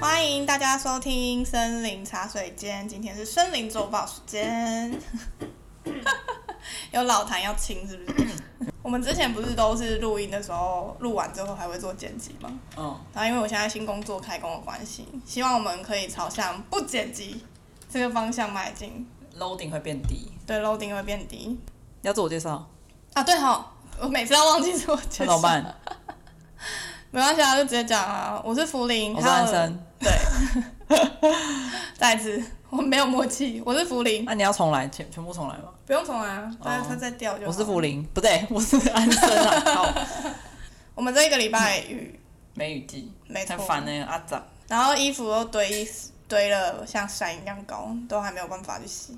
欢迎大家收听森林茶水间，今天是森林周报时间。 有老谭要亲是不 是？我们之前不是都是录音的时候录完之后还会做剪辑吗？嗯，然后因为我现在新工作开工的关系，希望我们可以朝向不剪辑这个方向迈进， ，loading 会变低。对 loading 会变低。要自我介绍，啊，对哈，我每次都忘记自我介绍。那怎么办？没关系啊，就直接讲啊。我是福林，我是还有安生，对，再一次，我没有默契。我是福林，那啊你要重来，全全部重来吗？不用重来啊，大家哦他再掉就好。我是福。林，不对， 我是安生啊。靠，我们这一个礼拜雨，梅雨季，没错很烦呢、阿杂，然后衣服又堆堆了像山一样高，都还没有办法去洗。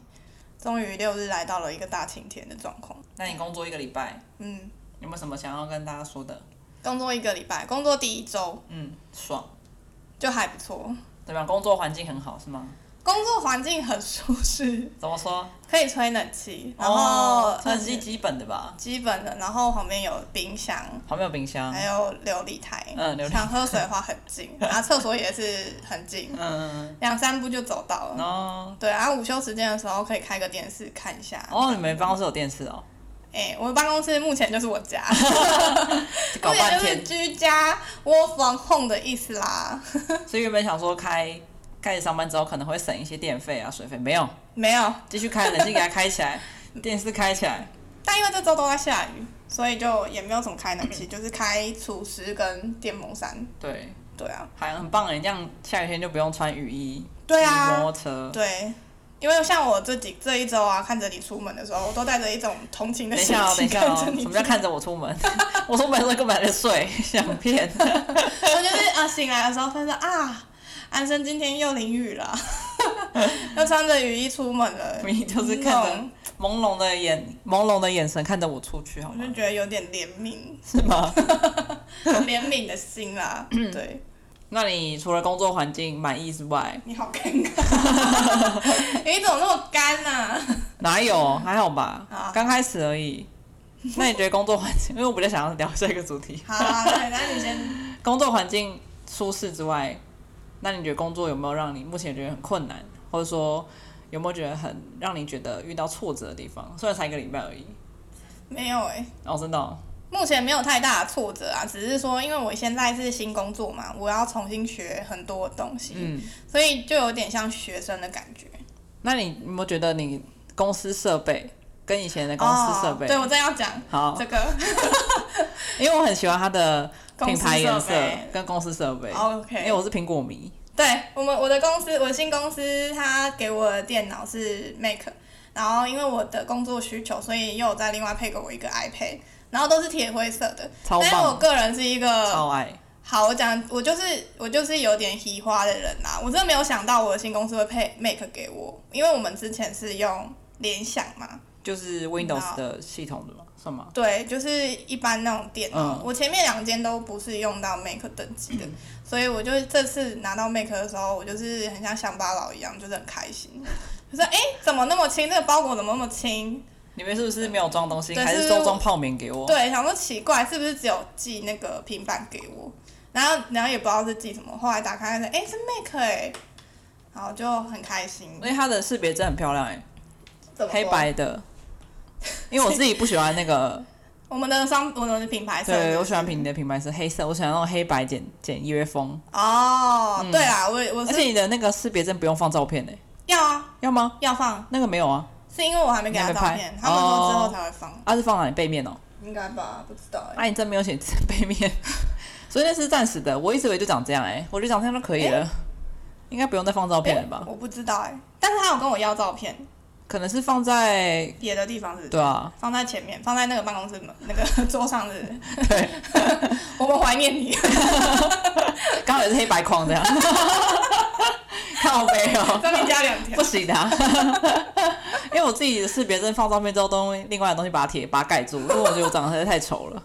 终于六日来到了一个大晴天的状况。那你工作一个礼拜，嗯，有没有什么想要跟大家说的？工作一个礼拜，工作第一周嗯，爽，就还不错，怎么样？工作环境很好是吗？工作环境很舒适，怎么说？可以吹冷气，然后呃哦，这是基本的吧？基本的，然后旁边有冰箱，旁边有冰箱。还有琉璃台，嗯琉璃想喝水的话很近，然后厕所也是很近，嗯，两三步就走到了。然后对，然后午休时间的时候可以开个电视看一下。哦，你们办公室有电视哦，哎、我的办公室目前就是我家， 搞目半前就天是。居家 work from home 的意思啦。所以原本想说开开始上班之后可能会省一些电费啊、水费，没有，没有，继续开冷气给它开 起来，电视开起来，但因为这周都在下雨，所以就也没有怎么开冷气， 就是开除湿跟电风扇。对，对啊，还很棒哎，这样下雨天就不用穿雨衣，对骑摩啊，托车。对。因为像我这几这一周啊，看着你出门的时候，我都带着一种同情的等一心下哦，等情一下看哦，着你什出么叫门。看着我 出门？我出门的时候根本还在睡，想骗。我就是啊，醒来的时候发现啊，安生今天又淋雨 了，又穿着雨衣出门了，嗯你就是看那着种朦胧的眼，朦胧的眼神看着我出去，好我就吗？觉得有点怜悯，是吗？ 嗯怜悯的心啦。对，那你除了工作环境满意之外，你好尴尬， 你怎么那么干啊呐、哪有？嗯还好吧好，刚开始而已。那你觉得工作环境？因为我比较想要聊下一个主题，好啊，对，那你先。工作环境舒适之外，那你觉得工作有没有让你目前觉得很困难，或者说有没有觉得很让你觉得遇到挫折的地方？虽然才一个礼拜而已，没有哎、哦，真的、哦，目前没有太大的挫折啊，只是说因为我现在是新工作嘛，我要重新学很多东西，嗯，所以就有点像学生的感觉。那你有没有觉得你公司设备跟以前的公司设备、哦，对我正要讲好这，个。因为我很喜欢它的公品司牌颜设色备哦跟公司设备，因 OK，为我是苹果迷，对我们我的公司，我的新公司，它给我的电脑是 Mac，然后因为我的工作需求，所以又有再另外配给我一个 iPad，然后都是铁灰色的。超但是我嗯棒，个人是一个超爱，好，我讲我就是我就是有点喜花的人啦、我真的没有想到我的新公司会配 Mac 给我，因为我们之前是用联想嘛，就是嗯 Windows 的系统的嘛，算吗？对，就是一般那种电脑。嗯我前面两间都不是用到 Mac 等级的，所以我就这次拿到 Mac 的时候，我就是很像乡巴佬一样，就是很开心。就是哎、诶怎么那么轻？这个包裹怎么那么轻？你们是不是没有装东西，对还是是不是都装泡棉给我？对，想说奇怪，是不是只有寄那个平板给我？然后，然后也不知道是寄什么。后来打开看，哎、是 Mac 哎、然后就很开心。所以它的识别真的很漂亮哎、怎么说黑？白的。因为我自己不喜欢那个，我们的商，我们的品牌色是不是。对我喜欢品你的品牌是黑色，我喜欢那种黑白简简约风。哦，对啦，我也我嗯而且是你的那个识别证不用放照片呢、欸要啊，要吗？要放，那个没有啊，是因为我还没给他你还没照拍片，他们说之后哦才会放。啊是放在你背面哦、应该吧，不知道哎、啊你真没有写字背面， 所以那是暂时的。我一直以为就长这样哎、我觉得长这样就可以了，应该不用再放照片了吧？我不知道哎、但是他有跟我要照片，可能是放在别的地方是不是对啊，放在前面，放在那个办公室门那个 桌上是不是。对， 我们怀念 你，刚好也是黑白框这样， 靠背哦、上面加两条 不。行的、啊，因为我自己的识别证放照片之后，都用另外的东西把它贴把它盖住，因为我觉得我长得实在太丑 了，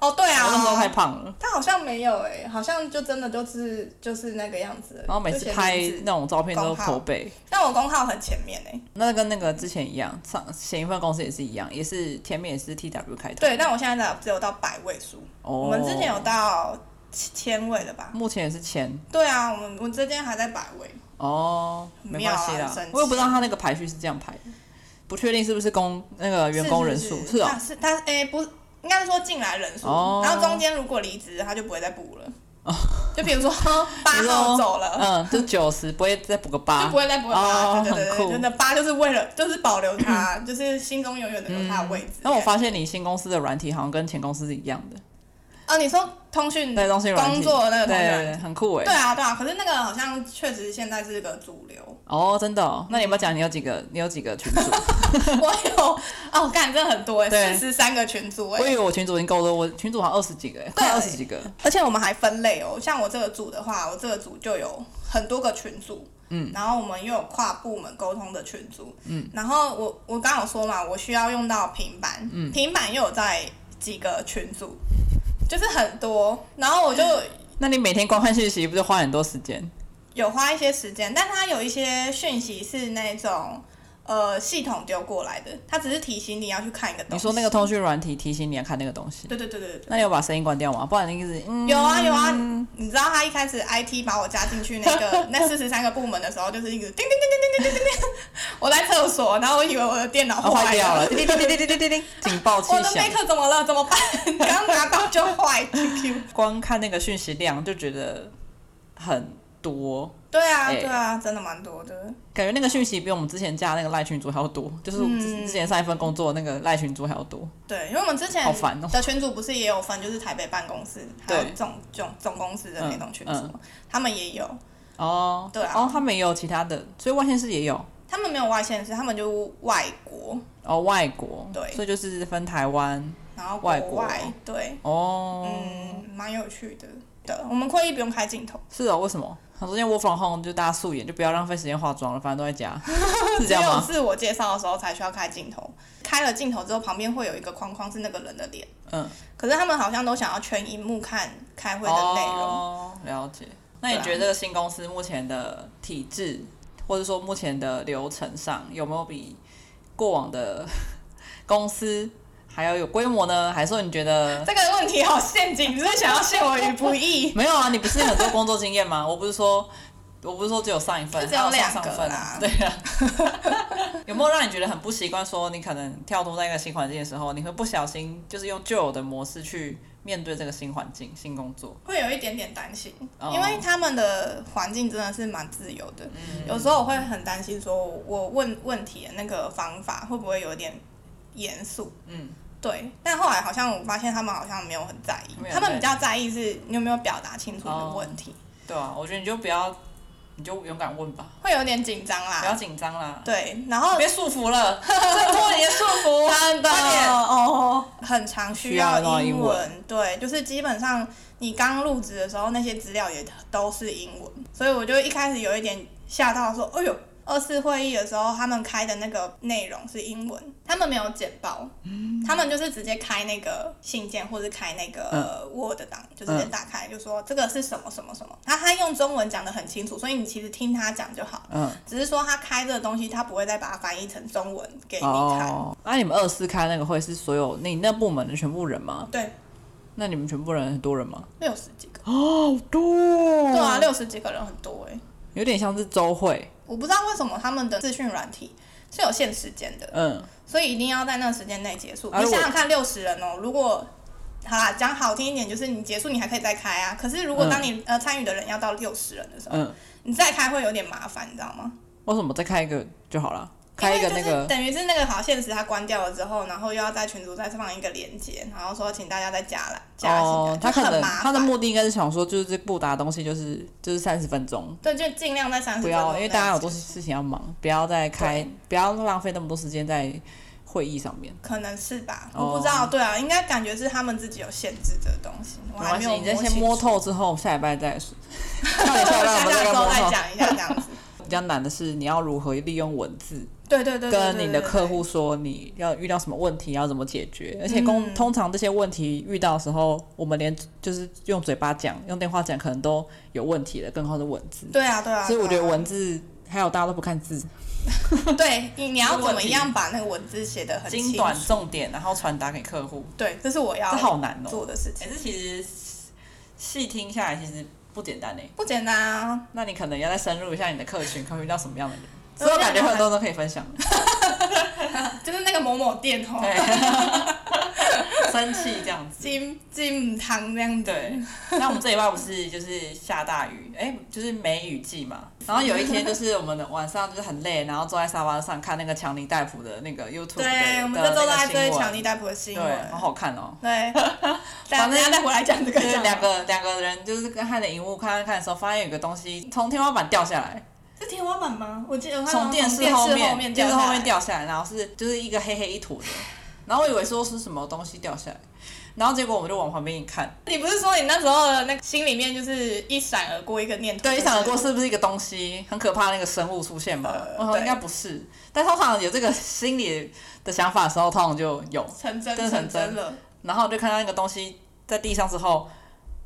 哦，对我啊，那时候太胖了。他好像没有哎、好像就真的就是就是那个样子而已。然后每就次写拍名字那种照片都公号驼背，但我公号很前面哎、那跟那个之前一样，上前一份公司也是一样，也是前面也是 T W 开头。对，但我现在只有到百位数，哦，我们之前有到千位了吧？目前也是钱对啊，我们我们这间还在百位，哦，很没妙关啊系啦很神，奇我也不知道他那个排序是这样排的，不确定是不是工那个员工人数是哦他，是他哎、不是，应该是说进来人数，哦然后中间如果离职，他就不会再补了。就比如 说八你号说走了。嗯，就九十不会再补个就八不，会再补了八，哦对对对很对，酷真的八就是为了就是保留 他，就是心中永远的有他的位置。嗯那我发现你新公司的软体好像跟前公司是一样的，哦，你说通讯对，东西软体，工作的那个通对讯对，软对体很酷哎对。啊对啊，可是那个好像确实现在是个主流。 哦，真的哦，那你有没有讲你有几个？你有几个群 组？我有哦，干真的很多哎，对四十三个群组我哎，以为我群组已经够多，我群组好像二十几个哎，快二十几个。而且我们还分类哦，像我这个组的话，我这个组就有很多个群组。嗯，然后我们又有跨部门沟通的群组，嗯，然后我我刚有说嘛，我需要用到平板，嗯，平板又有在几个群组，就是很多，然后我就那你每天光看讯息，不就花很多时间？有花一些时间，但它有一些讯息是那种呃系统丢过来的，它只是提醒你要去看一个东西。你说那个通讯软体提醒你要看那个东西，对对对对对。那你有把声音关掉吗？不然你一直嗯，有啊有啊，你知道他一开始 IT 把我加进去那 个那四十三个部门的时候，就是一直叮叮叮叮叮叮叮叮叮，我在厕所，然后我以为我的电脑哦坏坏掉了，了，叮 叮叮叮叮叮叮叮，警报器 我的响 Mac。怎么了？怎么办？刚拿到就 坏，QQ。光看那个讯息量就觉得很多，对啊哎对啊，真的蛮多的。感觉那个讯息比我们之前加那个赖群组还要多，就是我之嗯之前上一份工作那个赖群组还要多。对，因为我们之前好烦哦的群主不是也有分，就是台北办公室还有对总总总公司的那种群主，嗯他们也有，哦，对啊哦，他们也有其他的，所以外县市也有他们没有外县市，他们就外国，哦，外国对所以就是分台湾然后外国国外，对，哦，嗯，蛮有趣的。对，我们会议不用开镜头，是哦，为什么？他说因为 work from home 就大家素颜，就不要浪费时间化妆了，反正都 在家， 是只这样有吗？自我介绍的时候才需要开镜头。开了镜头之后，旁边会有一个框框是那个人的脸，嗯，可是他们好像都想要全荧幕看开会的内容。哦，了解。那你对啊觉得这个新公司目前的体制，或者说目前的流程上，有没有比过往的公司还要有规模呢？还是说你觉得这个问题好陷阱，你是想要陷我于不义？没有啊？你不是很多工作经 验吗？我不是说，我不是说只有上一份，就只有还有上两个上份啦对啊。 有没有让你觉得很不习惯？说你可能跳脱在一个新环境的时候，你会不小心就是用旧有的模式去面对这个新环境、新工作？会有一点点担心，哦因为他们的环境真的是蛮自由的。嗯有时候我会很担心，说我问问题的那个方法会不会有点严肃？嗯，对。但后来好像我发现他们好像没有很在意没，有他们在比较在意是你有没有表达清楚你的哦问题，对啊，我觉得你就不要，你就勇敢问吧。会有点紧张不要啦。紧张啦，对，然后别束缚了，挣 脱你的束 缚。真的快点哦，很常需要需要用英英文文。对，就是基本上你刚入职的时候，那些资料也都是英文，所以我就一开始有一点吓到，说：“哎呦！”二次会议的时候，他们开的那个内容是英文，他们没有简报，他们就是直接开那个信件或者开那个、呃 Word 档，就直接打开，就说这个是什么什么什么。他他用中文讲的很清楚，所以你其实听他讲就好，嗯，只是说他开这个东西，他不会再把它翻译成中文给你看。哦，那你们二四开那个会是所有你那部门的全部人吗？对，那你们全部人很多人吗？六十几个，哦，好多对啊，，六十几个人很多哎、有点像是周会，我不知道为什么他们的资讯软体是有限时间的，嗯，所所以一定要在那个时间内结束。啊你如果想想看，六十人哦，如果好啦，讲好听一点，就是你结束你还可以再开啊。可是如果当你、呃参与的人要到六十人的时候，嗯你再开会有点麻烦，你知道吗？为什么再开一个就好了？开一个因为那就是个，等于是那个好限时它关掉了之后，然后又要在群组再放一个链接，然后说请大家再加来加进来，哦，他就可很能麻他烦。的目的应该是想说，就是这布达的东西就是就是三十 分钟，对，就尽量在三十不分钟要，内因为大家有多事情要忙，不要再开，不要浪费那么多时间在会议上面。可能是吧，哦我不知道。对啊，应该感觉是他们自己有限制的东西，我没还关没系，有你再摸先清摸楚，透之后，下礼拜再说。下看你下礼拜我们下再周来摸再透。讲一下这样子。比较难的是，你要如何利用文字对对对，对跟你的对客。对对户说你要遇到什么问题，要怎么解决。而且公嗯通常这些问题遇到的时候，我们连就是用嘴巴讲、用电话讲，可能都有问题了，更何况是文字。对啊对啊，所以我觉对得啊文字还有大家都不看字，对你你要这个怎问么题样把那个文字写得很清精楚短重点，然后传达给客户，对，这是我要这好难哦。做的事情。是其实细听下来其实不简单呢。欸不简单啊。那你可能要再深入一下你的客群，可能遇到什么样的人，呃所以我感觉很多都可以分享的。就是那个某某店吼，对，生气这样子。金金母汤这样子。对， 那我们这礼拜不是就是下大雨，哎、就是梅雨季嘛。然后有一天就是我们的晚上就是很累，然后坐在沙发上看那个强尼戴普的那个 YouTube 的对，我们的这周都那个在新追闻强尼戴普的新对，闻好。好看 哦。对，反等正一下再回来讲这个就。是讲两个两个人就是跟看着荧幕看看看的时候，发现有个东西从天花板掉下来，是天花板吗？我记得我看到从电视后后面，掉电视下来后面掉下来，然后是就是一个黑黑一坨的，然后我以为说是什么东西掉下来，然后结果我们就往旁边一看，你不是说你那时候的那个心里面就是一闪而过一个念头？对，一就是闪而过，是不是一个东西很可怕的那个生物出现吧？呃我想对应该不是，但通常有这个心理的想法的时候，通常就有，成真真的成成真真了。然后就看到那个东西在地上之后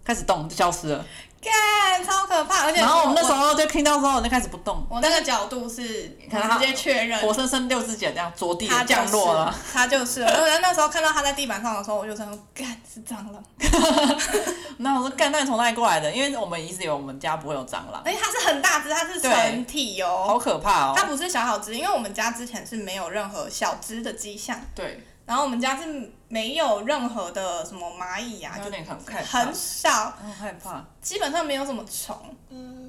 开始动，就消失了，干，哎超可怕！而且然后我们那时候就听到之后就开始不动，我那个角度是看到他直接确认活生生六只脚这样着地他地降落了。，他就是。然后那时候看到他在地板上的时候，我就想说，干是蟑螂，那我说干，那你从哪里过来的？因为我们一直以为我们家不会有蟑螂，而且它哎是很大只，它是成体哦，好可怕它哦。不是小小只，因为我们家之前是没有任何小只的迹象，对，然后我们家是没有任何的什么蚂蚁啊，有就点很害怕，很少，很害怕。基本上没有什么虫。嗯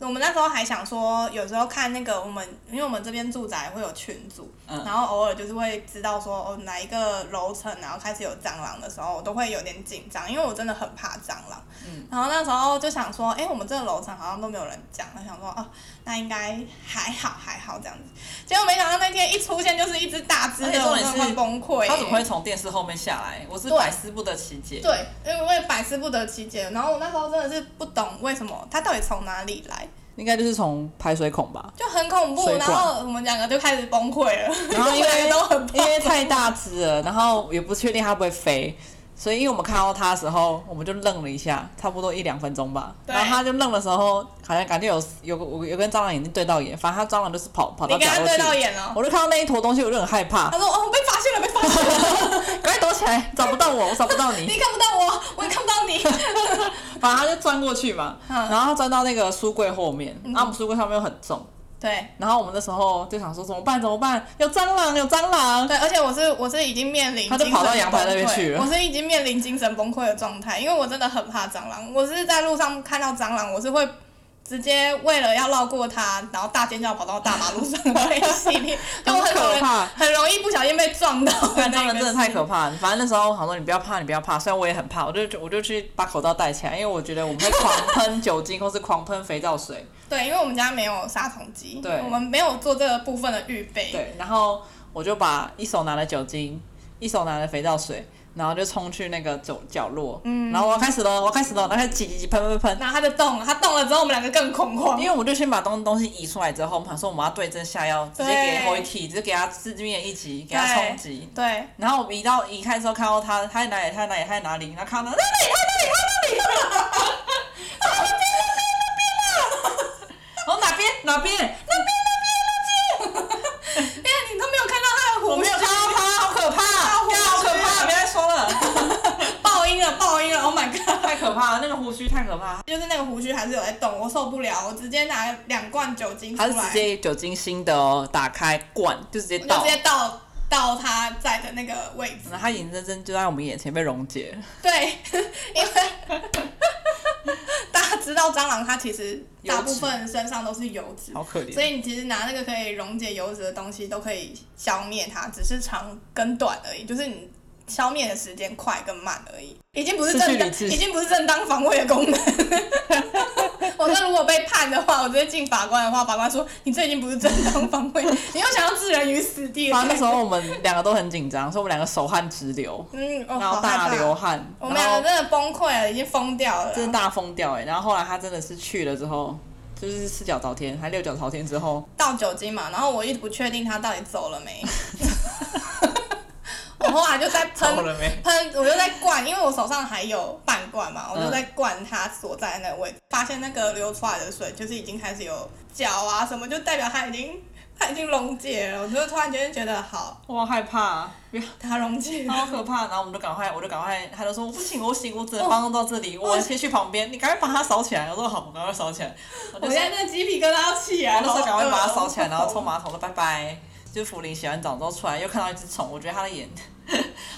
我们那时候还想说，有时候看那个我们，因为我们这边住宅会有群组，嗯然后偶尔就是会知道说哦哪一个楼层，然后开始有蟑螂的时候，我都会有点紧张，因为我真的很怕蟑螂。嗯然后那时候就想说，哎、我们这个楼层好像都没有人讲，我想说哦，那应该还好还好这样子。结果没想到那天一出现就是一只大只而且的，重我点真的快是崩溃、他怎么会从电视后面下来？我是对百思不得其解。对，因为百思不得其解。然后我那时候真的是不懂为什么它到底从哪里来，应该就是从排水孔吧。就很恐怖。水然管后我们两个就开始崩溃了， 然后因我们两为个都很怕因为太大只了，然后也不确定它会不会飞，所以因为我们看到它的时候，我们就愣了一下，差不多一两分钟吧。对然后它就愣的时候，好像感觉有有有有跟蟑螂眼睛对到眼，反正它蟑螂就是跑跑你到跟角他落对去。到眼啊 了。我就看到那一坨东西，我就很害怕 哎他，说：“哦，被发现了，被发现了， 赶快躲起来，找不到我，我找不到你。你看不到我，我也看不到 你。反正它就钻过去嘛，嗯然后它钻到那个书柜后面，啊然后我们书柜上面又很重，”对然后我们那时候就想说怎么办怎么办，有蟑螂有蟑螂，对，而且我是我是已经面临他就精跑到神阳台那边崩溃去了我是已经面临精神崩溃的状态，因为我真的很怕蟑螂。我是在路上看到蟑螂，我是会。直接为了要绕过它，然后大尖叫跑到大马路上来，系 列就很我很容可易怕。很容易不小心被撞 到的看蟑那螂个真的太可怕了，反正那时候我想说你不要怕，你不要怕。虽然我也很怕，我就我就去把口罩戴起来，因为我觉得我们会 狂喷酒精或是狂喷肥皂水。对，因为我们家没有杀虫剂，对我们没有做这个部分的预备。对，然后我就把一手拿了酒精，一手拿了肥皂水，然后就冲去那个角角落，嗯，然后我要开始了，我要开始了，然后开始挤挤挤喷喷喷。然后它就动了，它动了之后，我们两个更恐慌。因为我就先把东东西移出来之后，我们想说我们要对症下药，直接对给回体，直接给它致命的一击，给它冲击。对，然后我们移到移开之后，看到他，他在哪里，他在哪里，他在哪里，然后看到他在哪里，他在哪里，他在哪里，他在哪边，那边，那边，那边，那边，然后哪边，哪边，哎呀，你都没有看到它的胡须，我没有看到他，好可怕，他好胡须可怕，别再说了，爆音了，爆音了，Oh my god！太可怕了，那个胡须太可怕，就是那个胡须还是有在动，我受不了，我直接拿两罐酒精出他来，是直接酒精新的哦，打开罐就直接我就倒直。接倒倒它在的那个位置。然后他眼睁睁就在我们眼前被溶解了，对， 因为 大家知道蟑螂它其实大部分身上都是油脂，好可怜所。以你其实拿那个可以溶解油脂的东西都可以消灭它，只是长跟短而已，就是你消灭的时间快跟慢而已，已经不是失去正当，理智已经不是正当防卫的功能。我说如果被判的话，我直接进法官的话，法官说你这已经不是正当防卫，你又想要置人于死地然了后。那时候我们两个都很紧张，所以我们两个手汗直流，嗯，哦、然好后害大怕流汗，我然们后。两个真的崩溃了，已经疯掉了。真的大疯掉哎、然后后来他真的是去了之后，就是四脚朝天，还六脚朝天之后，倒酒精嘛，然后我一直不确定他到底走了没。我后来就在喷了没？喷，我就在灌，因为我手上还有半罐嗯嘛，我就在灌它所在的那个位置，发现那个流出来的水就是已经开始有脚啊什么，就代表它已经 他已经溶解了，我就突然间觉得好，我好害怕，啊不要，他溶解了。好可怕。然后我们就赶快，我就赶快，他就说我不行，我不行，我只能帮到这里，我先去旁边，你赶快把它扫起来。我说好，我赶快扫起来。我 我就现说在那个鸡皮疙瘩要起来哦了，我那时候赶快把它扫起来，好然饿哦后冲马桶了，拜拜。就是福林洗完澡之后出来，又看到一只虫，我觉得他的眼，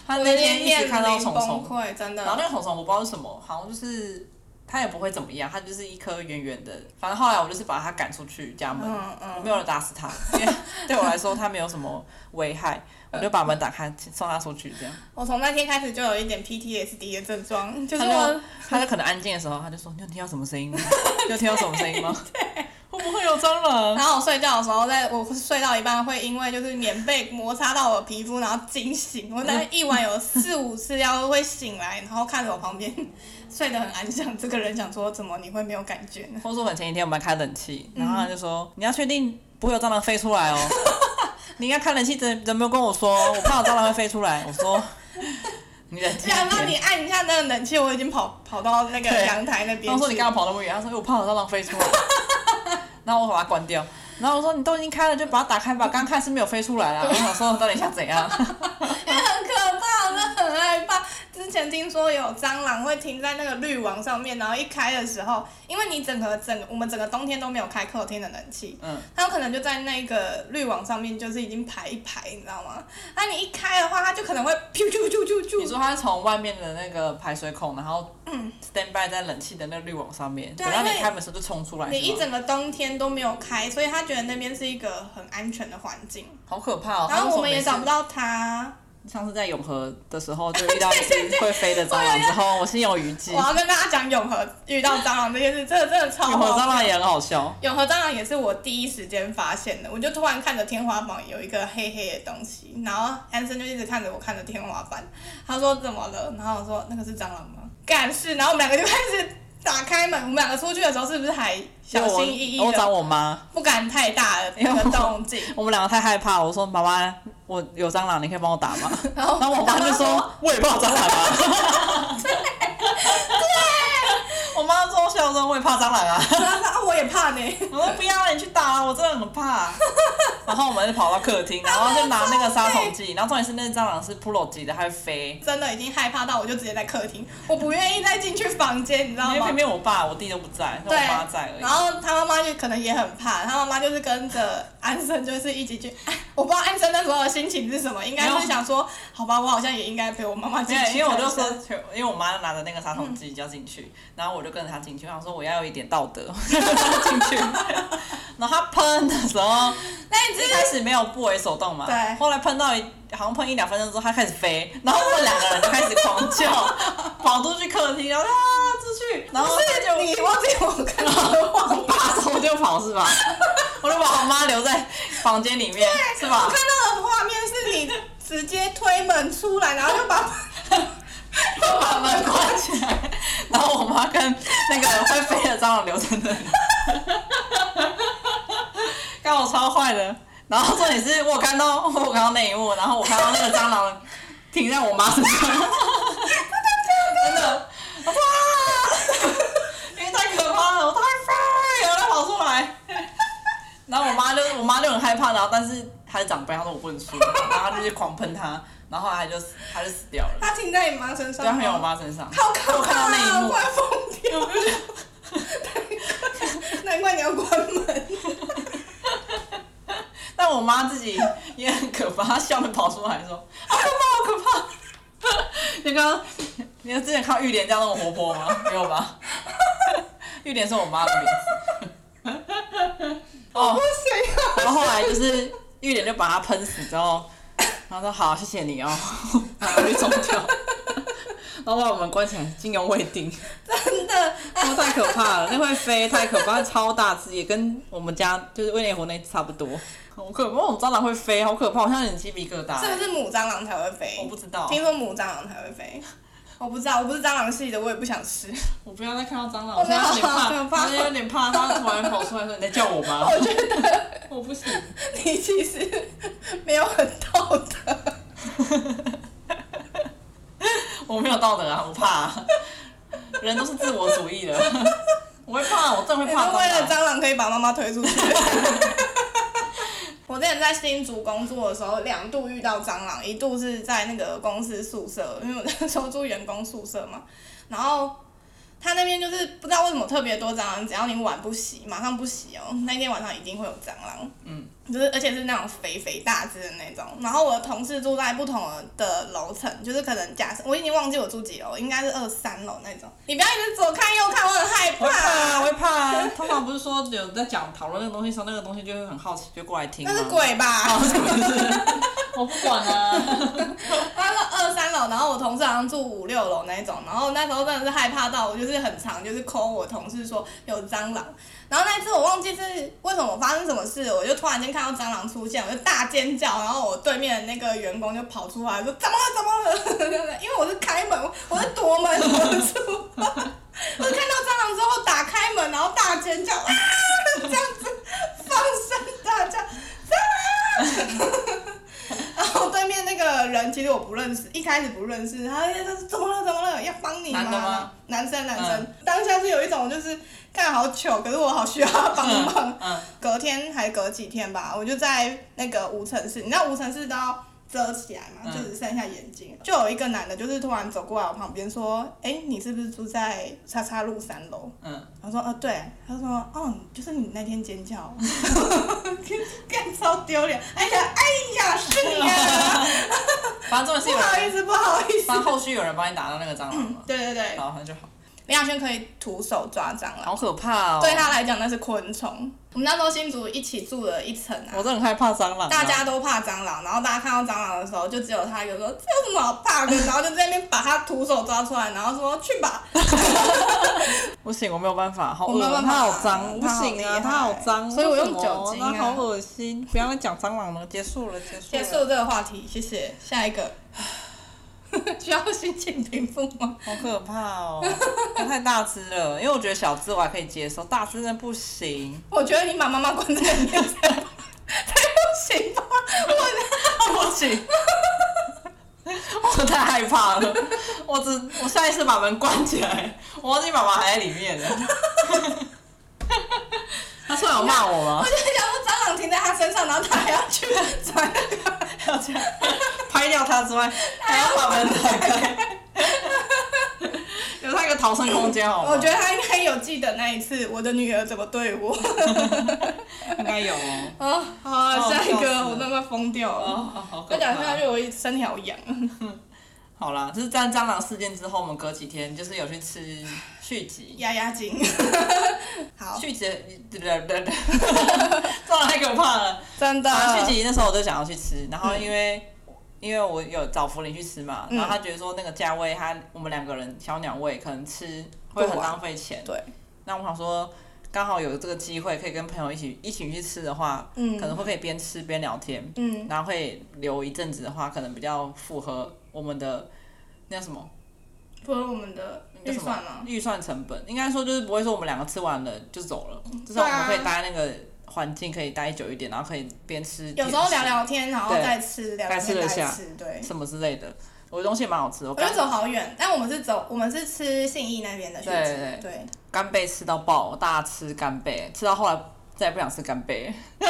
他我那的天一呃面直看到虫临虫崩，溃，真然后的。那个虫虫我不知道是什么，好像就是它也不会怎么样，它就是一颗圆圆的。反正后来我就是把它赶出去家门，嗯我嗯，没有打死它，因为对我来说它没有什么危害，我就把门打开送它出去，这样。我从那天开始就有一点 PTSD 的症状，就是他我它就可能安静的时候，它就说：“你有听到什么声音吗？ 你有听到什么声音吗？ 会不会有蟑螂？”然后我睡觉的时候，在我睡到一半会因为就是棉被摩擦到我皮肤，然后惊醒。我大概一晚有四五次要会醒来，然后看着我旁边睡得很安详，这个人想说怎么你会没有感觉呢？或者说，可能前一天我们还开冷气，然后他就说：“你要确定不会有蟑螂飞 出来哦。”你应该开冷气，怎怎么没有跟我说？我怕有蟑螂会飞出来。我说：“你冷静一想到点。”你按一下那个冷气，我已经跑跑到那个对阳台那边去。然后说你干嘛跑那么远？他说哎因为我怕我蟑螂飞出来。然后我把它关掉。然后我说你都已经开了，就把它打开吧。刚看是没有飞出来啦。我想说到底想怎样？ 很可怕，我真的很害怕。之前听说有蟑螂会停在那个滤网上面，然后一开的时候，因为你整个整个我们整个冬天都没有开客厅的冷气，嗯，它有可能就在那个滤网上面，就是已经排一排，你知道吗？那你一开的话，它就可能会啾啾啾啾你啾。说它是从外面的那个排水孔，然后 stand by 在冷气的那个滤网上面，嗯对等啊到你因为开门的时候就冲出来，你是一吗整个冬天都没有开，所以他觉得那边是一个很安全的环境。好可怕哦。然后我们也找上不到它。上次在永和的时 候就遇到一只会飞的蟑螂之后，我心有余悸。我永要跟大家讲永和遇到蟑螂这件事，这个真的超好和笑蟑螂也很好笑，永和蟑螂也是我第一时间发现的，我就突然看着天花板有一个黑黑的东西，然后安生就一直看着我看着天花板，他说怎么了？然后我说那个是蟑螂吗？干是，然后我们两个就开始打开门，我们两个出去的时候是不是还小心翼因为我翼我找的，我妈，不敢太大的那个动静，我们两个太害怕了。我说妈妈，我有蟑螂，你可以帮我打吗？然后然后我妈就说：“哦我也怕蟑螂啊。” 对， 我妈说：“小时候我也怕蟑螂 啊。” 然后她说啊我也怕呢，我说：“不要啊，你去打啊，我真的很怕。”然后我们就跑到客厅，然后就拿那个杀虫剂，然后重点是那只蟑螂是 Pro 级的，它会飞。真的已经害怕到我就直接在客厅，我不愿意再进去房间，你知道因为吗偏？偏我爸、我弟都不在，就对我妈在而，然已。后他妈妈就可能也很怕，他妈妈就是跟着安生，就是一起去。哎我不知道安生那时候的心情是什么，应该没是有想说，好吧，我好像也应该陪我妈妈进因为去。因为我就说，，因为我妈拿着那个杀虫剂就要进去，然后我就跟着她进去，我想说我要有一点道德，我就跟她进去。 然后她喷的时候，那一一只开始没有不为所动嘛，对后来碰到一好像碰一两分钟之后，它开始飞，然后我们两个人就开始狂叫，跑出去客厅，然后啊出 去，然后是哦它就你忘记我看到的 画面，拔头就跑是吧？我就把我妈留在房间里面是我吧？看到的画面是你直接推门出来，然后就把就把门关起来，然后我妈跟那个会飞的蟑螂留在那里，刚我超坏的。然后重点是我看到我看到那一幕，然后我看到那个蟑螂停在我妈身上，真的，哇！因为太可怕了，我太飞，然后它跑出来。然后我妈就我妈就很害怕，然后但是她是长辈，她说我不能输，然后她就是狂喷她，然后后来她就死她就死掉了。它停在你妈身上对，吗，啊他没有我妈身上。好可我看到怕那一啊，幕我快疯掉了。 难怪你要关门，但我妈自己也很可怕，她笑着跑出来说：“好可怕，好可怕！”你刚刚，你之前看到玉莲这样那么活泼吗？没有吧？玉莲是我妈的名字。哦不，行啊！然后后来就是玉莲就把它喷死之后，然后说：“好，谢谢你哦。”然后就中掉，然后把我们关起来，津用未定。真的，哦，太可怕了，那会飞太可怕，超大只，也跟我们家就是威廉湖那只差不多。好可怕，那种蟑螂会飞，好可怕，好像有点鸡皮疙瘩。是不是母蟑螂才会飞？我不知道，听说母蟑螂才会飞，我不知道，我不是蟑螂系的，我也不想吃。 我不要再看到蟑螂，我现在有点好可怕怕，我现在有点怕，它突然跑出来说你在叫我吗？我觉得我不行，你其实没有很道德，我没有道德啊，我怕、人都是自我主 义的，我会怕，我真的你会是怕为了蟑螂。 蟑螂可以把妈妈推出去。我之前在新竹工作的时候，两度遇到蟑螂，一度是在那个公司宿舍，因为我那时候住员工宿舍嘛，然后他那边就是不知道为什么特别多蟑螂，只要你碗不洗，马上不洗哦，那天晚上一定会有蟑螂。嗯，就是而且是那种肥肥大只的那种。然后我的同事住在不同的楼层，就是可能假设我已经忘记我住几楼，应该是二三楼那种。你不要一直左看右看，我很害我会怕啊，我怕。会怕啊。通常不是说有在讲讨论那个东西的时候，那个东西就会很好奇，就过来听吗。那哦是鬼吧？我不管啊。 他说二三楼，然后我同事好像住五六楼那一种，然后那时候真的是害怕到我，就是很常就是 call 我同事说有蟑螂，然后那一次我忘记是为什么发生什么事，我就突然间看到蟑螂出现，我就大尖叫，然后我对面的那个员工就跑出来说怎么了怎么了，因 为我是开门，我是夺门而出，我看到蟑螂之后打开门，然后大尖叫啊，这样子放声大叫。 然后对面那个人其实我不认识，一开始不认识，他就说怎么了怎么了，要帮你男的吗嗯男生男生，当下是有一种就是看好糗，可是我好需要他帮忙。 嗯，隔天还隔几天吧，我就在那个无尘室，你知道无尘室都要遮起来嘛，嗯就只剩下眼睛，就有一个男的，就是突然走过来我旁边说：“哎、你是不是住在叉叉路三楼？”嗯，我说：“哦，对。”他说：“哦，就是你那天尖叫， 干超丢脸。”哎呀，哎呀，是你啊！反正重点是不有好意思，不好意人，思反。正后续有人帮你打到那个蟑螂嘛。对对对，然后就好，林亚轩可以徒手抓蟑螂，好可怕哦。对，他来讲那是昆虫。我们那时候新竹一起住了一层啊，我真的很害怕蟑螂啊。大家都怕蟑螂，然后大家看到蟑螂的时候，就只有他一个说这有什么好怕的， 然后就在那边把他徒手抓出来，然后说去吧。不行，我没有办法，好我恶没有啊，办它法好脏，它不好行啊，厉害它好脏，所以我用为什么酒精啊它好恶心，不要再讲蟑螂了，结束了，结束 结了，束这个话题，谢谢。下一个， 需要心情平复吗？好可怕哦，它太大只了，因为我觉得小只我还可以接受，大只真的不行，我觉得你把妈妈关在里面才 才不行吧？不行，我太害怕了，我只我下一次把门关起来，我忘记妈妈还在里面了，他突然有骂我我？吗就想说蟑螂停在他身上，然后他还要去 抓那个。要这样拍掉它之外，还要把门打开，留它一个逃生空间好吗？我觉得他应该有记得那一次我的女儿怎么对我。得应该有哦。啊，好啊，哦下一笑死个了我他妈疯掉了。哦，好可再讲下怕去，。我身体好痒。好啦，就是在蟑螂事件之后，我们隔几天就是有去吃续集，压压惊。好，续集对对对对，蟑螂太可怕了。真的。 反正续集那时候我就想要去吃，然后因为。因为我有找福林去吃嘛，嗯然后他觉得说那个价位他，我们两个人小鸟胃可能吃会很浪费钱，对，那我想说，刚好有这个机会可以跟朋友一起一起去吃的话，可嗯能会可以边吃边聊天，嗯，然后会留一阵子的话，可能比较符合我们的那叫什么符合我们的那预叫什么算啊吗？预算成本。应该说就是不会说我们两个吃完了就走了，至对少我啊们可以待那个环境可以待久一点，然后可以边吃有时候聊边聊天，然后对再吃，聊聊再吃天了一再下吃，对吃。什么之类的。我的东西也蛮好吃，我我就干走好远，但我们是走，我们是吃信义那边的续对对对集，对，干贝吃到爆，大家吃干贝，吃到后来再也不想吃 干贝。我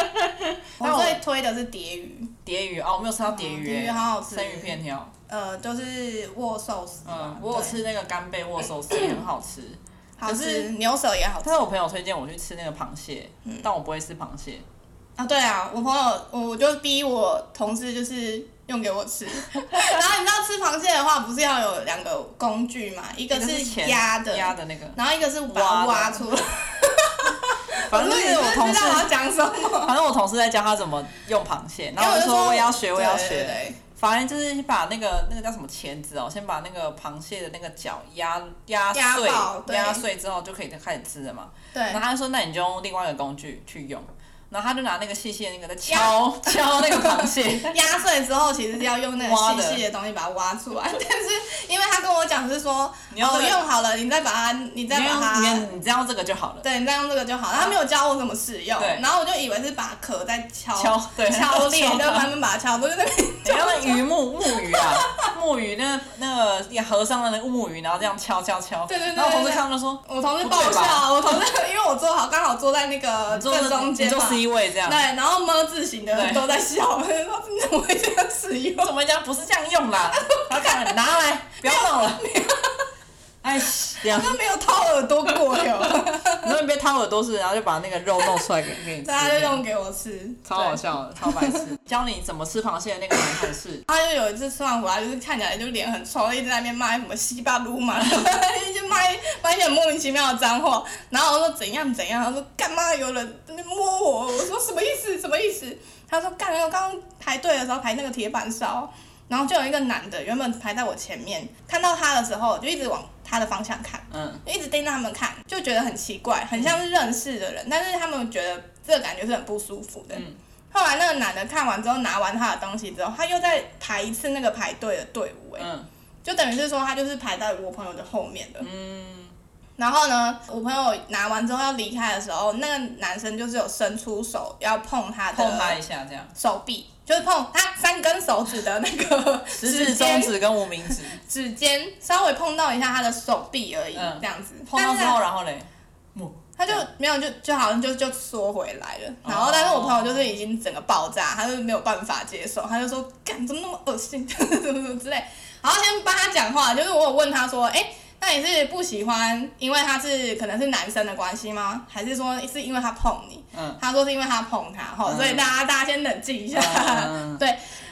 但我最推的是蝶鱼，蝶鱼哦，我没有吃到蝶嗯鱼、蝶鱼欸好好吃生鱼片条。呃，就是握寿司嘛嗯，，我有对，吃那个干贝 握寿司，也很好吃。好可是吃，牛舌也好吃但是我朋友推荐我去吃那个螃蟹，嗯但我不会吃螃蟹。啊，对啊，我朋友我我就逼我同事就是用给我吃， 然后你知道吃螃蟹的话，不是要有两个工具嘛，一一个前压的，压的那个，然后一个是把它挖出来。我反正就是说我你同知事道，我要讲什么？反正我同事在教他怎么用螃蟹，然后因为我我就就说说我也要学，我也要对对学。对反正就是把那个那个叫什么钳子哦，先把那个螃蟹的那个脚压压压碎，爆对压碎之后就可以开始吃了嘛。对然后对，他就说，那你就用另外一个工具去用。然后他就拿那个细细的那个在敲敲那个螃蟹，压碎之后其实是要用那挖个的细细的东西把它挖出来，但是因为他跟我讲是说，你要哦那个用好了，你再把它，你再你把用它。你你这样这个就好了。对，你再用这个就好。他没有教我怎么使用，对然后我就以为是把壳再敲敲 对敲裂，敲就它慢慢把它敲，我就在那边你要那鱼木木鱼啊，木木鱼，那个那个一个和尚的那个木鱼，然后这样敲敲敲。对对对然后我同对事对看到就说，我同事不爆对吧笑，我同事因为我坐好，刚好坐在那个你坐正中你间坐嘛， C 位这样对，，然后么字形的人对都在笑，我就说你怎么会这样使用？ 怎么讲不是这样 用啦？然后看了拿来，不要弄了。 哎，这样，都没有掏耳朵过哟， 然后你被掏耳朵是，然后就把那个肉弄出来给给你吃这大啊家就样，弄给我吃，超好笑的，超白痴。 教你怎么吃螃蟹的那个男同事，他就有一次吃完回来，就是看起来就脸很臭，一直在那边骂什么西巴鲁嘛， 一直骂骂一些莫名其妙的脏话。然后我说怎样怎样，他说干嘛有人在那边摸我？我说什么意思？什么意思？他说干，我刚刚排队的时候排那个铁板烧，然后就有一个男的原本排在我前面，看到他的时候就一直往他的方向看，嗯，一直盯着他们看，就觉得很奇怪，很像是认识的人，但是他们觉得这个感觉是很不舒服的。嗯后来那个男的看完之后，拿完他的东西之后，他又再排一次那个排队的队伍、哎、嗯就等于是说他就是排在我朋友的后面的。嗯，然后呢，我朋友拿完之后要离开的时候，那个男生就是有伸出手要碰他碰他的一下这样，手臂，就是碰他三根手指的那个食指、中尖指跟无名指指尖稍微碰到一下他的手臂而已，嗯这样子。碰到但之是后，然 后嘞，他就没有就就好像就就缩回来了，然哦后但是我朋友就是已经整个爆炸，他就没有办法接受，他就说干怎么那么恶心， 怎么怎么之类。然后先帮他讲话，就是我有问他说，哎、那你是不喜欢，因为他是可能是男生的关系吗？还是说是因为他碰你？嗯，他说是因为他碰他，吼，嗯所以大家大家先冷静一下。 嗯对，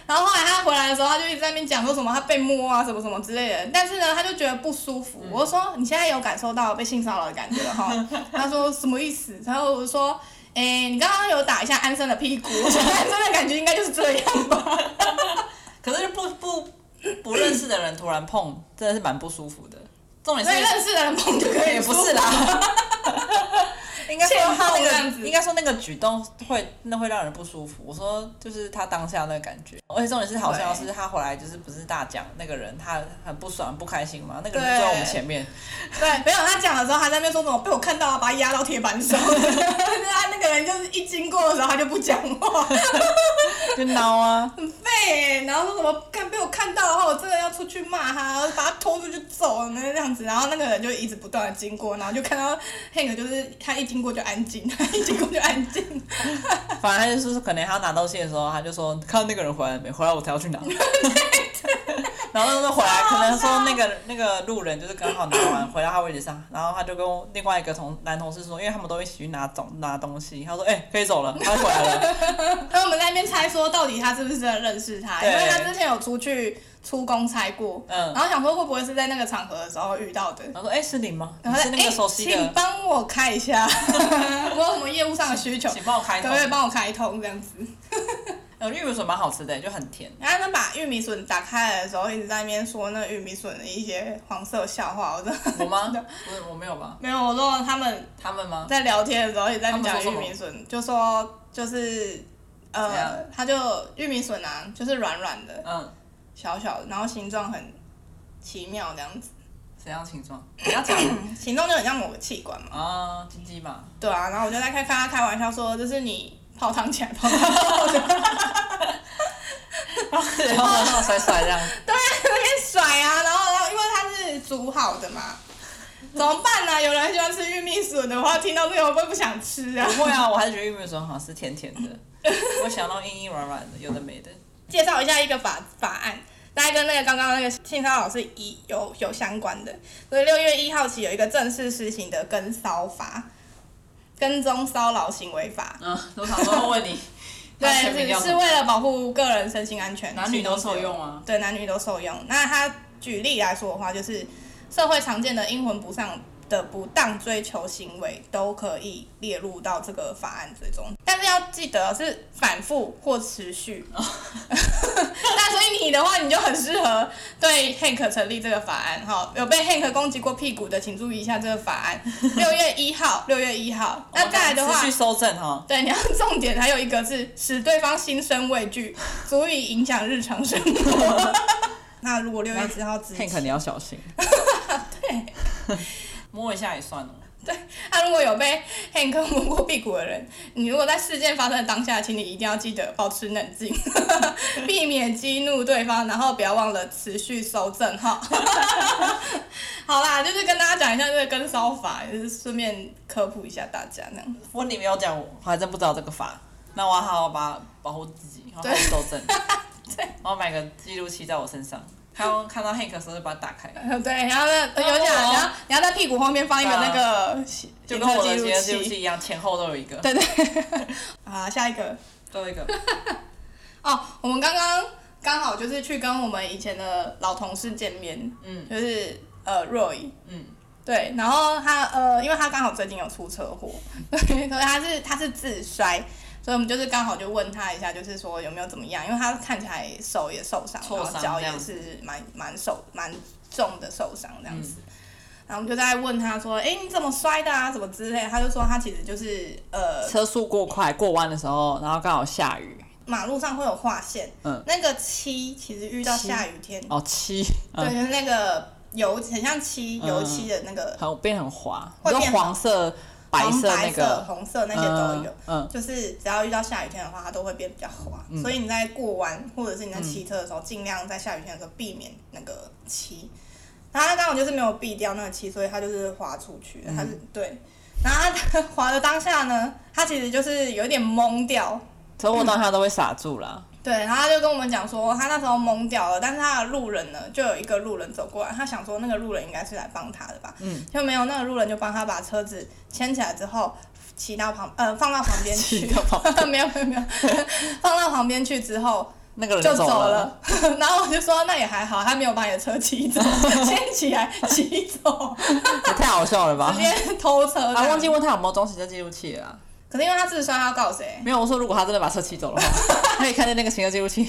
然后后来他回来的时候，他就一直在那边讲说什么他被摸啊，什么什么之类的。但是呢，他就觉得不舒服。嗯我就说你现在有感受到被性骚扰的感觉了哈？ 他说什么意思？然后我说，哎、你刚刚有打一下安生的屁股，我说 安生的感觉应该就是这样吧？可是不不不认识的人突然碰，真的是蛮不舒服的。重点所以是认识的人碰就可以， 也不是，啦，应该说欠他揍这那样个，子应该说那个举动会那会让人不舒服。我说就是他当下那个感觉，而且重点是好像是他回来就是不是大奖那个人他很不爽不开心嘛，那个人就在我们前面，对，没有他讲的时候，他在那边说什么被我看到，把他压到铁板上。 他那个人就是一经过的时候，他就不讲话，就挠啊，很废欸。然后说什么看被我看到的话，我真的要出去骂他，然后把他拖出去走那这样子。然后那个人就一直不断的经过，然后就看到 Hank 就是他一经过就安静， 他一经过就安静。 反正他就是可能他拿东西的时候，他就说看到那个人回来没，回来我才要去拿。然后就是回来，可能说那个那个路人就是刚好拿完回到他位置上，然后他就跟另外一个同男同事说，因为他们都一起去拿东拿东西，他说哎、可以走了，他回来了。然后我们在那边猜说，到底他是不是真的认识他？因对为他之前有出去出公差过，嗯然后想说会不会是在那个场合的时候遇到的。然后说：“哎、是你吗？你然后是那个哎熟悉请的，帮我开一下， 我有什么业务上的需求，请帮我开可头不。可以帮我开通这样子？呃，玉米笋蛮好吃的，就很甜。然后他们把玉米笋打开来的时候，一直在那边说那个玉米笋的一些黄色笑话，我真的 我吗？不是，我没有吧？没有。我说他们他们吗？在聊天的时候也在他们讲说玉什么米笋，就说就是怎呃样，它就玉米笋啊，就是软软的、嗯，小小的，然后形状很奇妙这样子，怎样形状？你要讲形状就很像某个器官嘛。啊，鸡鸡嘛。 对啊，然后我就在开跟他开玩笑说，这是你泡汤起来泡 汤。然后然后甩甩这样，那边甩啊，然后然后因为它是煮好的嘛，怎么办呢、有人很喜欢吃玉米笋的话，听到这个会不会不想吃啊？不会啊，我还是觉得玉米笋好像是甜甜 的。我想到硬硬软软的，有的没的。介绍一下一个法法案，大概跟那个刚刚那个性骚扰是一有有相关的，所以六月一号起有一个正式施行的跟骚法，跟踪骚扰行为法，嗯，我想说问你， 对，它全名叫是什是么？为了保护个人身心安全，男女都受用啊。对，男女都受用。那他举例来说的话，就是社会常见的阴魂不散的不当追求行为都可以列入到这个法案之中，但是要记得是反复或持续。哦 那所以你的话，你就很适合对 Hank 成立这个法案哈。有被 Hank 攻击过屁股的，请注意一下这个法 案。六月一号，六月一号。那再来的话哦持，续收正哈。对，你要重点还有一个是使对方心生畏惧，足以影响日常生活。 那如果六月十号之前 Hank，你要小心。对，摸一下也算了。啊，那如果有被 Hank 摸过屁股的人，你如果在事件发生的当下，请你一定要记得保持冷静， 避免激怒对方，然后不要忘了持续收正哈。 好啦，就是跟大家讲一下这个跟骚法，也是顺便科普一下大家那样。 不过你没有讲，我还真不知道这个法。那我要好好把保护自己，好好守 正。我要买个记录器在我身上，看到看到 Hank 的时候就把它打开，呃对，然后呢，有讲，然后你要在屁股后面放一个那个行哦啊就跟我的行车行车记记录录器。器一样，前后都有一个。对对。好，下一个。最后一个，哦，我们刚刚刚好就是去跟我们以前的老同事见面，嗯就是呃 Roy，嗯，对，然后他呃，因为他刚好最近有出车祸， 对，可是他是他是自摔，所以我们就是刚好就问他一下，就是说有没有怎么样，因为他看起来手也受伤，挫然后伤脚这也样是蛮蛮受蛮重的受伤这样子。嗯然后我们就在问他说：“哎，你怎么摔的啊？什么之类的？”他就说他其实就是呃车速过快，过弯的时候，然后刚好下雨，马路上会有划线，嗯那个漆其实遇到下雨天，哦漆，对，嗯，就是那个油很像漆嗯油漆的那个很变很滑，会用变黄色、白黄色白那色、个，红色那些都有。嗯，嗯，就是只要遇到下雨天的话，它都会变比较滑，所以你在过弯或者是你在骑车的时候，尽量在下雨天的时候避免那个漆。嗯然后他刚好就是没有避掉那个漆，所以他就是滑出去，他是对。然后他滑的 当下呢，他其实就是有一点懵掉，车祸当下都会傻住啦。对，然后他就跟我们讲说，他那时候懵掉了，但是他的路人呢，就有一个路人走过来，他想说那个路人应该是来帮他的吧，嗯，就没有那个路人就帮他把车子牵起来之后，骑到旁呃放到旁边去，骑到旁 没有没有没有，放到旁边去之后那个人就走了，了， 然后我就说那也还好，他没有把你的车骑 走，牵起来骑走，也太好笑了 吧直！接偷车，啊，忘记，问他有没有装行车记录器了啦。可是因为他自摔，他要告谁？没有，我说如果他真的把车骑走 的话，可以看见那个行车记录器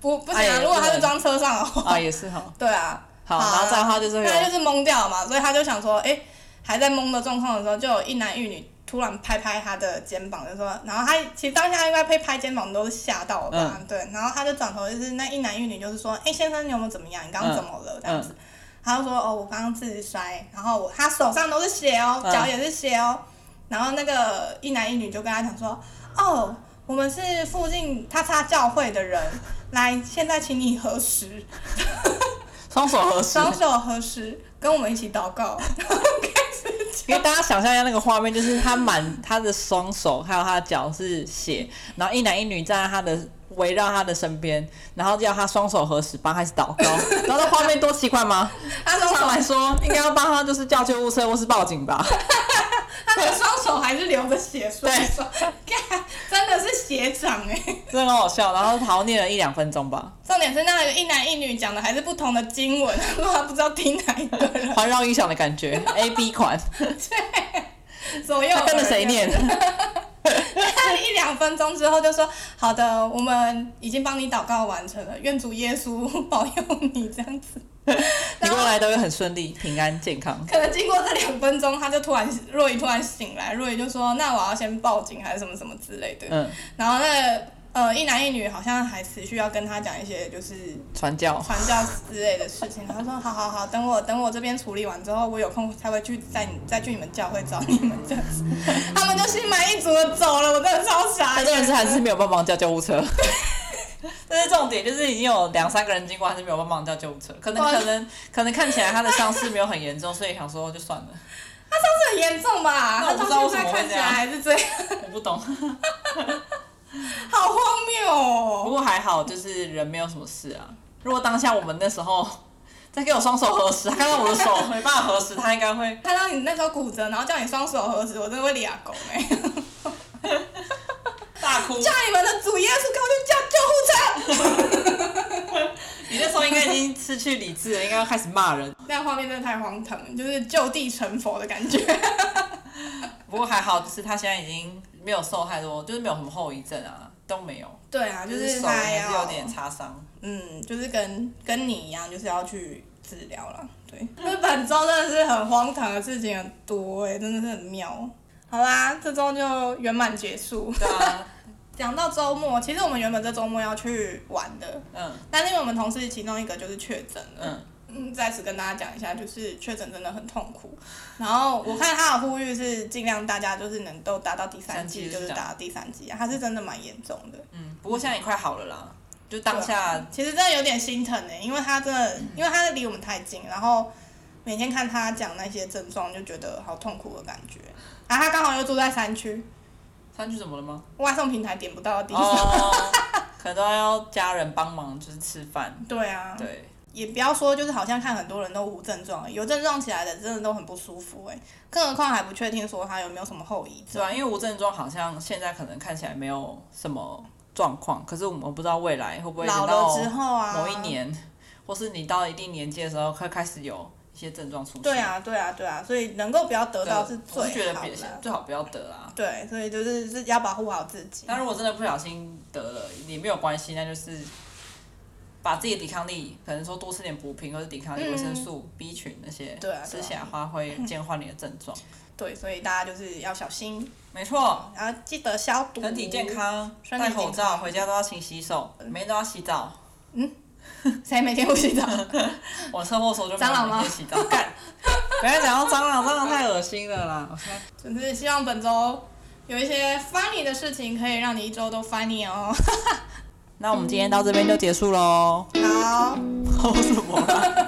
不不行哎啊，呀如果他不是能装车上的话，啊，也是哈。对啊，好，啊然后再的话就是有那他就是懵掉嘛，所以他就想说，哎、还在懵的状况的时候，就有一男一女突然拍拍他的肩膀，就说，然后他其实当下应该被拍肩膀都是吓到了嗯吧，对，然后他就转头就是那一男一女就是说，哎、先生你有没有怎么样？你刚刚怎么了？这样嗯子，他就说，哦，我刚刚自摔，然后我他手上都是血哦，嗯脚也是血哦，然后那个一男一女就跟他讲说，哦。我们是附近他叉教会的人，来，现在请你核实。双手合十，双手合十，跟我们一起祷告。因为大家想象一下那个画面，就是他满他的双手还有他的脚是血，然后一男一女站在他的围绕他的身边，然后叫他双手合十帮他一起祷告，然后那画面多奇怪吗？ 他正双常来手，说应该要帮他就是叫救护车或是报警吧，他的双手还是流着血，所以对说， 干真的是血掌哎、 真的很好笑。然后好像念了一两分钟吧，重点是那个一男一女讲的还是不同的经文， 他说他不知道听哪一个人，环绕音响的感觉 ，A B 款，左右他跟着谁念？看了一两分钟之后就说：“好的，我们已经帮你祷告完成了，愿主耶稣保佑你。”这样子，你然后过来都会很顺利、平安、健康。 可能经过这两分钟，他就突然若雨突然醒来，若雨就说：“那我要先报警还是什么什么之类的。”嗯，然后那个呃一男一女好像还持续要跟他讲一些就是传 教。传教之类的事情，他说好好好，等我等我这边处理完之后，我有空才会去再再去你们教会找你们这样 子，他们就心满意足的走了，我真的超傻他这眼，个是还是没有帮忙叫救护 车，这是重点，就是已经有两三个人经过，还是没有帮忙叫救护车。可能哇可能可能看起来他的伤势没有很严重，所以想说就算了， 这很严重吧？那他我不知道当为时什在么会看起这来样还是这样，我不懂。好荒谬不哦！过还好，就是人没有什么事啊。如果当下我们那时候再给我双手合十，他看到我的手没办法合十，他应该会哦看到你那时候骨折，然后叫你双手合十，我真的会俩狗 哎！大哭。叫你们的主耶稣给我去叫救护车！你那时候应该已经失去理智了，应该要开始骂人。那画面真的太荒唐了，就是就地成佛的感觉。不过还好，就是他现在已经没有受太多，就是没有什么后遗症啊，都没有。 对啊，就就是是手他还要是有点擦伤。嗯，就是跟跟你一样，就是要去治疗啦。对，就是本周真的是很荒唐的事情很多哎、真的是很妙。好啦，这周就圆满结束。对啊，讲到周末，其实我们原本这周末要去玩的，嗯但是因为我们同事其中一个就是确诊了，嗯，嗯，在此跟大家讲一下，就是确诊真的很痛苦。然后我看他的呼吁是尽量大家就是能都打到第三剂，三剂就是是这样打到第三剂啊，他是真的蛮严重的。嗯，不过现在也快好了啦，就当下其实真的有点心疼呢，因为他真的，因为他离我们太近，然后每天看他讲那些症状，就觉得好痛苦的感觉。啊，他刚好又住在山区，三区怎么了 吗？外送平台点不到的地方。哦，可能都要家人帮忙，就是吃饭。对啊，对，也不要说就是好像看很多人都无症状，有症状起来的真的都很不舒服哎，更何况还不确定说他有没有什么后遗是症。啊吧？因为无症状好像现在可能看起来没有什么状况，可是我们不知道未来会不会老等了到之后啊，某一年，或是你到一定年纪的时候，会开始有一些症状出现。对啊，对啊，对啊，所以能够不要得对，到是我是觉最得好别的。最好不要得啊。对，所以就是是要保护好自己。但如果真的不小心得了，也没有关系，那就是把自己的抵抗力，可能说多吃点补品或者抵抗力嗯维生素 B 群那些，对啊对啊吃起来的话会 减缓你的症状。对，所以大家就是要小心，没错，然后记得消毒，身体健。康，身体戴健康口罩，回家都要勤洗手，每天都要洗澡。 谁每天不 洗澡？ 我车祸的时候就没蟑有螂每吗天洗澡， 干。不要讲到蟑螂，蟑螂太恶心了啦！我现在就是希望本周有一些 funny 的事情，可以让你一周都 funny 哦。 那我们今天到这边就结束喽。好。吼什么啦？